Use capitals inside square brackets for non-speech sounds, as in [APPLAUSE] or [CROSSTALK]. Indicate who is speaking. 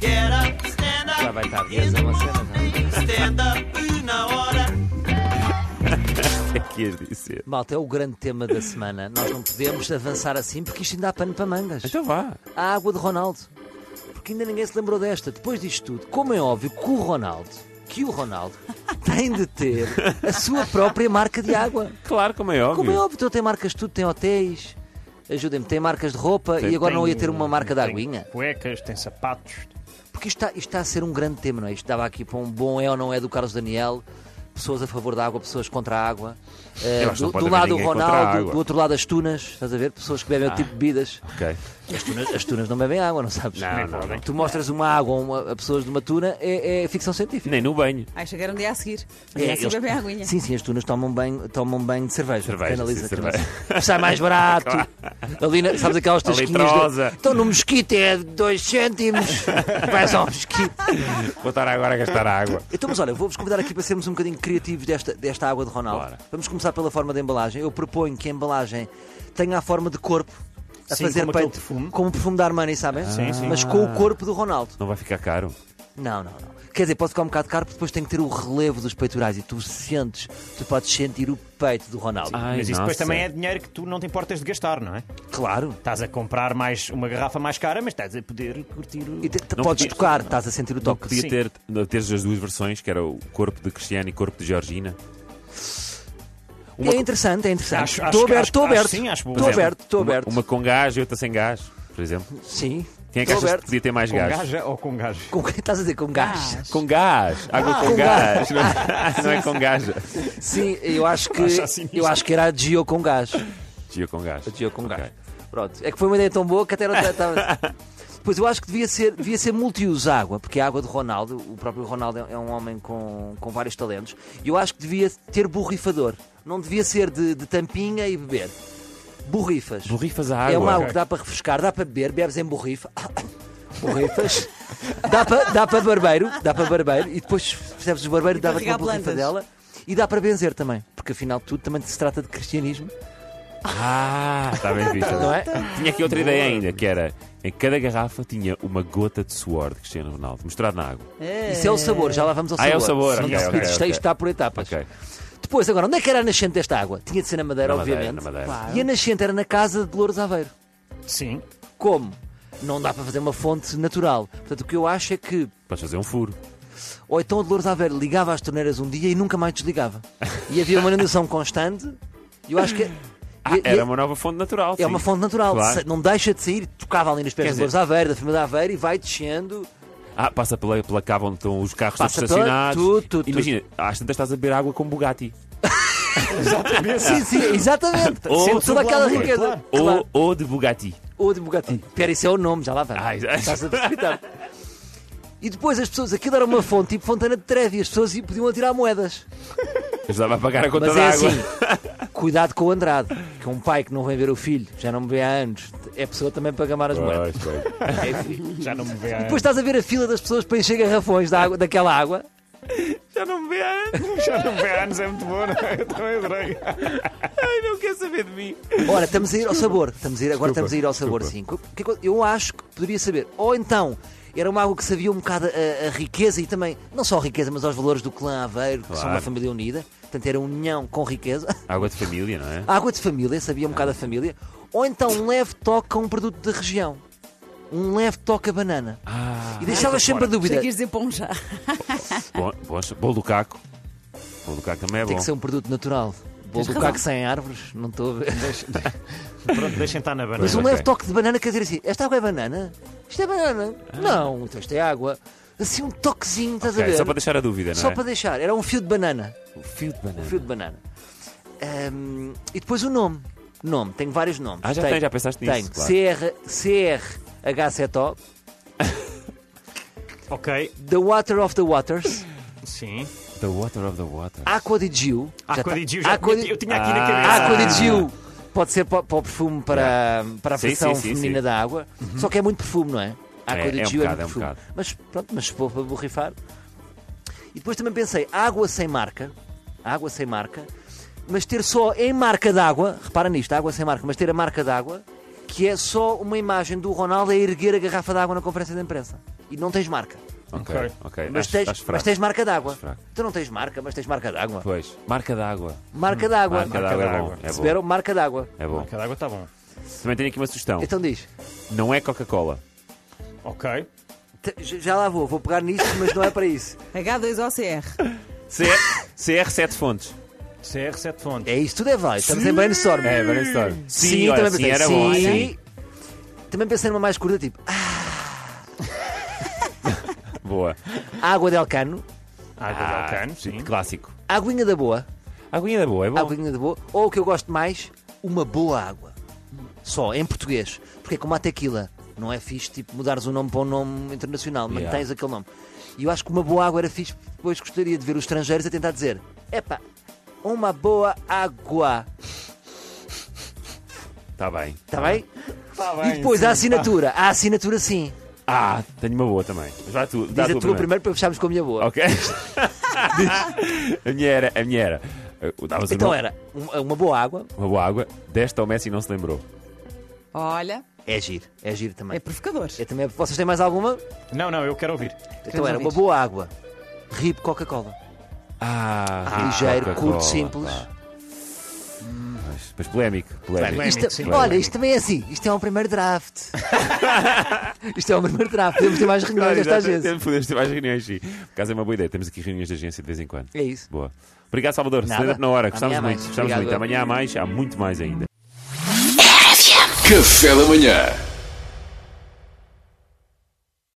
Speaker 1: Get up, stand up.
Speaker 2: Já vai estar 10 a você, mas
Speaker 1: Stand up na hora.
Speaker 3: É que ias dizer.
Speaker 2: Malta, é o grande tema da semana. Nós não podemos avançar assim porque isto ainda há pano para mangas.
Speaker 3: Então vá.
Speaker 2: A água de Ronaldo. Porque ainda ninguém se lembrou desta. Depois disto tudo, como é óbvio que o Ronaldo, que o [LAUGHS] Ronaldo, tem de ter a sua própria marca de água.
Speaker 3: Claro, como é óbvio.
Speaker 2: Como é óbvio, então tem marcas de tudo, tem hotéis, ajudem-me, tem marcas de roupa e agora não ia ter uma marca de
Speaker 4: da
Speaker 2: aguinha.
Speaker 4: Cuecas, tem sapatos.
Speaker 2: Porque isto está, isto está a ser um grande tema, não é? Isto dava aqui para um bom é ou não é do Carlos Daniel, pessoas a favor da água, pessoas contra a água. Eh,
Speaker 3: Eu acho que não
Speaker 2: do
Speaker 3: pode
Speaker 2: do
Speaker 3: haver
Speaker 2: lado o
Speaker 3: ninguém contra a
Speaker 2: Ronaldo,
Speaker 3: água.
Speaker 2: do outro lado as tunas, estás a ver? Pessoas que bebem outro tipo de bebidas.
Speaker 3: Ok.
Speaker 2: As tunas, as tunas não bebem água, não sabes?
Speaker 3: Não, não, não.
Speaker 2: Tu mostras uma água a, uma- a pessoas de uma tuna, é, é ficção científica.
Speaker 3: Nem no banho.
Speaker 5: Ai, chegaram um dia a seguir.
Speaker 2: É,
Speaker 5: E assim
Speaker 2: eles-
Speaker 5: bebem a aguinha.
Speaker 2: Sim, sim, as tunas tomam banho, tomam banho de cerveja.
Speaker 3: Cerveja,
Speaker 2: Canaliza,
Speaker 3: sim, cerveja.
Speaker 2: canaliza. Sai mais
Speaker 3: [LAUGHS]
Speaker 2: barato. Ali, na- sabes aquelas
Speaker 3: A
Speaker 2: tasquinhas?
Speaker 3: litrosa.
Speaker 2: De... Então no mosquito é 2 cêntimos. Vai só ao mosquito.
Speaker 3: Vou estar agora a gastar água.
Speaker 2: Então, mas olha, vou-vos convidar aqui para sermos um bocadinho criativos desta, desta água de Ronaldo.
Speaker 3: Bora.
Speaker 2: Vamos começar pela forma da embalagem. Eu proponho que a embalagem tenha a forma de corpo. A
Speaker 4: Sim,
Speaker 2: fazer
Speaker 4: como
Speaker 2: peito,
Speaker 4: aquele perfume.
Speaker 2: como o perfume da Armani, sabem?
Speaker 4: Sim, sim.
Speaker 2: Mas com o corpo do Ronaldo.
Speaker 3: Não vai ficar caro.
Speaker 2: Não, não, não. Quer dizer, pode ficar um bocado caro porque depois tem que ter o relevo dos peitorais e tu sentes, tu podes sentir o peito do Ronaldo.
Speaker 3: Ai,
Speaker 4: Mas isso
Speaker 3: nossa.
Speaker 4: depois também é dinheiro que tu não te importas de gastar, não é?
Speaker 2: Claro.
Speaker 4: Estás a comprar mais uma garrafa mais cara, mas estás a poder curtir o.
Speaker 2: E te- te-
Speaker 3: Não
Speaker 2: podes
Speaker 3: podia-
Speaker 2: tocar, estás a sentir o toque.
Speaker 3: Podia
Speaker 4: Sim.
Speaker 3: ter, teres as duas versões, que era o corpo de Cristiano e corpo de Georgina. Uma,
Speaker 2: É interessante, é interessante.
Speaker 4: Acho- acho-
Speaker 2: Estou aberto,
Speaker 4: acho-
Speaker 2: estou
Speaker 4: acho
Speaker 2: aberto.
Speaker 4: sim, acho boa.
Speaker 2: Estou
Speaker 3: por exemplo,
Speaker 2: aberto, estou
Speaker 3: uma-
Speaker 2: aberto.
Speaker 3: Uma com gás e outra sem gás, por exemplo.
Speaker 2: Sim.
Speaker 3: Quem é que
Speaker 2: Estou
Speaker 3: achas
Speaker 2: aberto.
Speaker 3: que podia ter mais
Speaker 4: com
Speaker 3: gás?
Speaker 4: gaja ou com um gajo?
Speaker 2: Com quem estás a dizer? Com gás?
Speaker 5: Ah,
Speaker 3: Com gás, água com,
Speaker 2: com
Speaker 3: gás, [LAUGHS] Não- não é com gaja.
Speaker 2: Sim, eu acho que
Speaker 4: Acho assim
Speaker 2: eu acho que era a Gio com gás.
Speaker 3: Tio com gás.
Speaker 2: A Gio com
Speaker 3: Ok.
Speaker 2: gás. Pronto. É que foi uma ideia tão boa que até não estava. Pois eu acho que devia ser, devia ser multiuso a água, porque a água de Ronaldo, o próprio Ronaldo é é um homem com, com vários talentos, e eu acho que devia ter borrifador. Não devia ser de, de tampinha e beber. Borrifas.
Speaker 3: Borrifas a água.
Speaker 2: É uma água que dá para refrescar, dá para beber, bebes em borrifa. [COUGHS] Borrifas. Dá para, dá para barbeiro, dá para barbeiro e depois percebes o barbeiro,
Speaker 5: E para
Speaker 2: dá para uma
Speaker 5: regar
Speaker 2: borrifa
Speaker 5: plantas.
Speaker 2: dela e dá para benzer também, porque afinal de tudo também se trata de cristianismo,
Speaker 3: Ah, está bem vista.
Speaker 2: não é?
Speaker 3: Tinha aqui outra ideia ainda, que era em cada garrafa tinha uma gota de suor de Cristiano Ronaldo, misturado na água.
Speaker 2: Isso é o sabor, já lá vamos ao
Speaker 3: Ah,
Speaker 2: sabor.
Speaker 3: é o sabor,
Speaker 2: Sim,
Speaker 3: ok,
Speaker 2: sim,
Speaker 3: ok,
Speaker 2: isto,
Speaker 3: ok.
Speaker 2: isto está por etapas.
Speaker 3: Ok.
Speaker 2: Depois, agora, onde é que era a nascente desta água? Tinha de ser na Madeira,
Speaker 3: na Madeira,
Speaker 2: obviamente.
Speaker 3: na Madeira.
Speaker 2: E a nascente era na casa de Louros Aveiro.
Speaker 4: Sim.
Speaker 2: Como? Não dá para fazer uma fonte natural. Portanto, o que eu acho é que
Speaker 3: Podes fazer um furo.
Speaker 2: Ou então a Dolores Aveiro ligava às torneiras um dia e nunca mais desligava. E havia uma inundação constante. E eu acho que. é-
Speaker 3: Ah,
Speaker 2: e- e-
Speaker 3: era uma nova fonte natural.
Speaker 2: é uma
Speaker 3: sim.
Speaker 2: fonte natural.
Speaker 3: Claro.
Speaker 2: Se- Não deixa de sair. Tocava ali nos pés
Speaker 3: Quer
Speaker 2: de Dolores
Speaker 3: dizer-
Speaker 2: Aveiro, da família da Aveiro, e vai descendo.
Speaker 3: Ah, passa pela, pela cava onde estão os carros
Speaker 2: Passa
Speaker 3: todos estacionados.
Speaker 2: pela- tu, tu, tu.
Speaker 3: Imagina, às tantas estás a beber água com Bugatti.
Speaker 2: Sim,
Speaker 3: [LAUGHS]
Speaker 2: sim, exatamente.
Speaker 3: Ou-
Speaker 2: Sente toda aquela
Speaker 4: Claro,
Speaker 2: riqueza.
Speaker 4: claro.
Speaker 2: Claro.
Speaker 3: Ou, ou de Bugatti.
Speaker 2: Ou de Bugatti. Pera, isso é o nome, já lá vamos.
Speaker 3: Ai, ai.
Speaker 2: Estás a precipitar. E depois as pessoas, aquilo era uma fonte, tipo Fontana de Trevi, as pessoas podiam atirar moedas.
Speaker 3: Ajudava a pagar a conta
Speaker 2: Mas
Speaker 3: da
Speaker 2: é
Speaker 3: água. [LAUGHS]
Speaker 2: assim, cuidado com o Andrade, que é um pai que não vem ver o filho, já não me vê há anos, é pessoa também para gamar as moedas.
Speaker 3: Pois, pois.
Speaker 4: Já não me vê.
Speaker 2: [LAUGHS] Depois estás a ver a fila das pessoas para encher garrafões da água, daquela água.
Speaker 3: Já não me vê há anos.
Speaker 4: Já não me vê há anos, é muito bom, não é? [LAUGHS] Eu também adorei.
Speaker 3: Ai, não quer saber de mim.
Speaker 2: Ora, estamos a ir ao sabor, estamos a ir, agora estamos a ir ao sabor, sim. O que é que- Eu acho que poderia saber. Ou então, era uma água que sabia um bocado a, a riqueza e também, não só a riqueza, mas aos valores do clã Aveiro, que são
Speaker 3: Claro.
Speaker 2: uma família unida. Portanto, era união com riqueza.
Speaker 3: Água de família, não é?
Speaker 2: Água de família, sabia um bocado a família. Ou então, um leve toque a um produto da região. Um leve toque a banana.
Speaker 3: Ah,
Speaker 2: E deixava sempre a dúvida.
Speaker 5: já quis dizer pão já.
Speaker 3: bom, bom, bolo do caco. Bolo do caco também é
Speaker 2: Tem
Speaker 3: bom.
Speaker 2: que ser um produto natural. Bolo
Speaker 5: Tens
Speaker 2: do
Speaker 5: razão.
Speaker 2: caco sem árvores, não estou a ver.
Speaker 4: Pronto, deixem estar na banana.
Speaker 2: Mas um
Speaker 3: ok.
Speaker 2: leve toque de banana quer dizer assim: esta água é banana? Isto é banana? Não, então isto é água. Assim um toquezinho, estás
Speaker 3: Ah. Ok,
Speaker 2: a ver?
Speaker 3: só para deixar a dúvida, não
Speaker 2: Só
Speaker 3: é?
Speaker 2: para deixar. Era um fio de banana.
Speaker 3: O fio de banana.
Speaker 2: Um fio de banana. Ahm, e depois o nome. Nome, tenho vários nomes.
Speaker 3: Ah, já
Speaker 2: tenho,
Speaker 3: tem, já pensaste nisso,
Speaker 2: Tenho
Speaker 3: claro.
Speaker 2: CR, CRH7O,
Speaker 4: Ok,
Speaker 2: The Water of the Waters,
Speaker 4: sim.
Speaker 3: The water of the water.
Speaker 2: Aqua de Gio. Já
Speaker 4: Aqua
Speaker 2: tá-
Speaker 4: de Gio, já
Speaker 2: Aqua
Speaker 4: tinha-
Speaker 2: di-
Speaker 4: eu tinha aqui na
Speaker 3: Ah.
Speaker 4: cabeça.
Speaker 2: Água de Gil pode ser para, para o perfume, para, para a
Speaker 3: Sim,
Speaker 2: versão
Speaker 3: sim, sim,
Speaker 2: feminina
Speaker 3: sim. Uhum.
Speaker 2: da água. Só que é muito perfume, não é? Água
Speaker 3: É,
Speaker 2: de
Speaker 3: é um
Speaker 2: Gil
Speaker 3: bocado, é um
Speaker 2: muito perfume.
Speaker 3: bocado.
Speaker 2: Mas pronto, mas se for para borrifar. E depois também pensei, água sem marca, água sem marca, mas ter só em marca d'água, repara nisto, água sem marca, mas ter a marca d'água, que é só uma imagem do Ronaldo a erguer a garrafa de água na conferência de imprensa. E não tens marca.
Speaker 3: Ok,
Speaker 4: Ok.
Speaker 3: ok.
Speaker 2: Mas,
Speaker 3: Acho-
Speaker 2: tens,
Speaker 3: acho fraco.
Speaker 2: mas tens marca d'água.
Speaker 3: Acho fraco.
Speaker 2: Tu não tens marca, mas tens marca d'água.
Speaker 3: Pois, marca d'água.
Speaker 2: Marca d'água.
Speaker 3: Marca d'água é bom.
Speaker 4: d'água.
Speaker 3: É
Speaker 2: Perceberam?
Speaker 3: bom.
Speaker 2: Marca d'água.
Speaker 3: É bom.
Speaker 4: Cada água está bom.
Speaker 3: Também tenho aqui uma sugestão.
Speaker 2: Então diz.
Speaker 3: Não é Coca-Cola.
Speaker 4: Ok.
Speaker 2: Te- j- Já lá vou, vou pegar nisso, mas não é para isso.
Speaker 5: H2OCR.
Speaker 3: CR, CR7 fontes.
Speaker 4: CR7 fontes.
Speaker 2: É isso, tudo é válido. Estamos em brainstorm.
Speaker 3: É, brainstorm. Sim,
Speaker 2: Sim,
Speaker 3: olha,
Speaker 2: também
Speaker 3: sim,
Speaker 2: pensei.
Speaker 3: era bom.
Speaker 2: sim.
Speaker 3: Sim.
Speaker 2: Também pensei numa mais curta, tipo ah,
Speaker 3: Boa.
Speaker 2: "Ah,
Speaker 3: Ah, tipo
Speaker 2: água del cano,
Speaker 4: Água
Speaker 2: Ah,
Speaker 4: de Alcano, sim.
Speaker 3: Clássico.
Speaker 2: aguinha da boa,
Speaker 3: Aguinha da boa, é bom.
Speaker 2: aguinha da boa, ou o que eu gosto mais, uma boa água. Só, em português. Porque é como a tequila. Não é fixe, tipo, mudares o nome para um nome internacional,
Speaker 3: Yeah.
Speaker 2: mantens aquele nome. E eu acho que uma boa água era fixe, depois gostaria de ver os estrangeiros a tentar dizer: epá, uma boa água.
Speaker 3: Tá bem.
Speaker 2: Está bem?
Speaker 4: Tá
Speaker 2: E
Speaker 4: bem,
Speaker 2: depois
Speaker 4: sim.
Speaker 2: a assinatura. A assinatura sim.
Speaker 3: Ah, tenho uma boa também. Mas vai tu. dá
Speaker 2: Diz a
Speaker 3: tu
Speaker 2: tua primeiro para fecharmos com a minha boa.
Speaker 3: Ok. a minha era, a minha era. Eu dava-se o
Speaker 2: Então
Speaker 3: nome-
Speaker 2: era um- uma boa água,
Speaker 3: Uma boa água. Desta ao Messi não se lembrou.
Speaker 5: Olha,
Speaker 2: é giro, é giro também.
Speaker 5: é provocador.
Speaker 2: Eu também. Vocês têm mais alguma?
Speaker 4: Não, não, eu quero ouvir.
Speaker 2: Então era
Speaker 5: ouvir.
Speaker 2: uma boa água, rip Coca-Cola.
Speaker 3: Ah,
Speaker 2: ligeiro,
Speaker 3: Coca-Cola,
Speaker 2: curto, simples.
Speaker 3: pá. É Mas, mas polémico, polémico.
Speaker 4: Polémico.
Speaker 2: Isto-
Speaker 4: sim.
Speaker 2: olha, isto também é assim. Isto é um primeiro [LAUGHS] draft. isto é um primeiro draft. Podemos ter mais reuniões desta
Speaker 3: Exato,
Speaker 2: agência.
Speaker 3: temos- Podemos ter mais reuniões, sim. Por acaso é uma boa ideia. Temos aqui reuniões de agência de vez em quando.
Speaker 2: É isso.
Speaker 3: Boa. Obrigado, Salvador.
Speaker 2: Nada.
Speaker 3: Celebra-te na hora.
Speaker 2: Amanhã
Speaker 3: Gostávamos
Speaker 2: há
Speaker 3: muito.
Speaker 2: mais.
Speaker 3: Gostávamos
Speaker 2: Obrigado.
Speaker 3: muito. Amanhã há mais, há muito mais ainda.
Speaker 6: Café da Manhã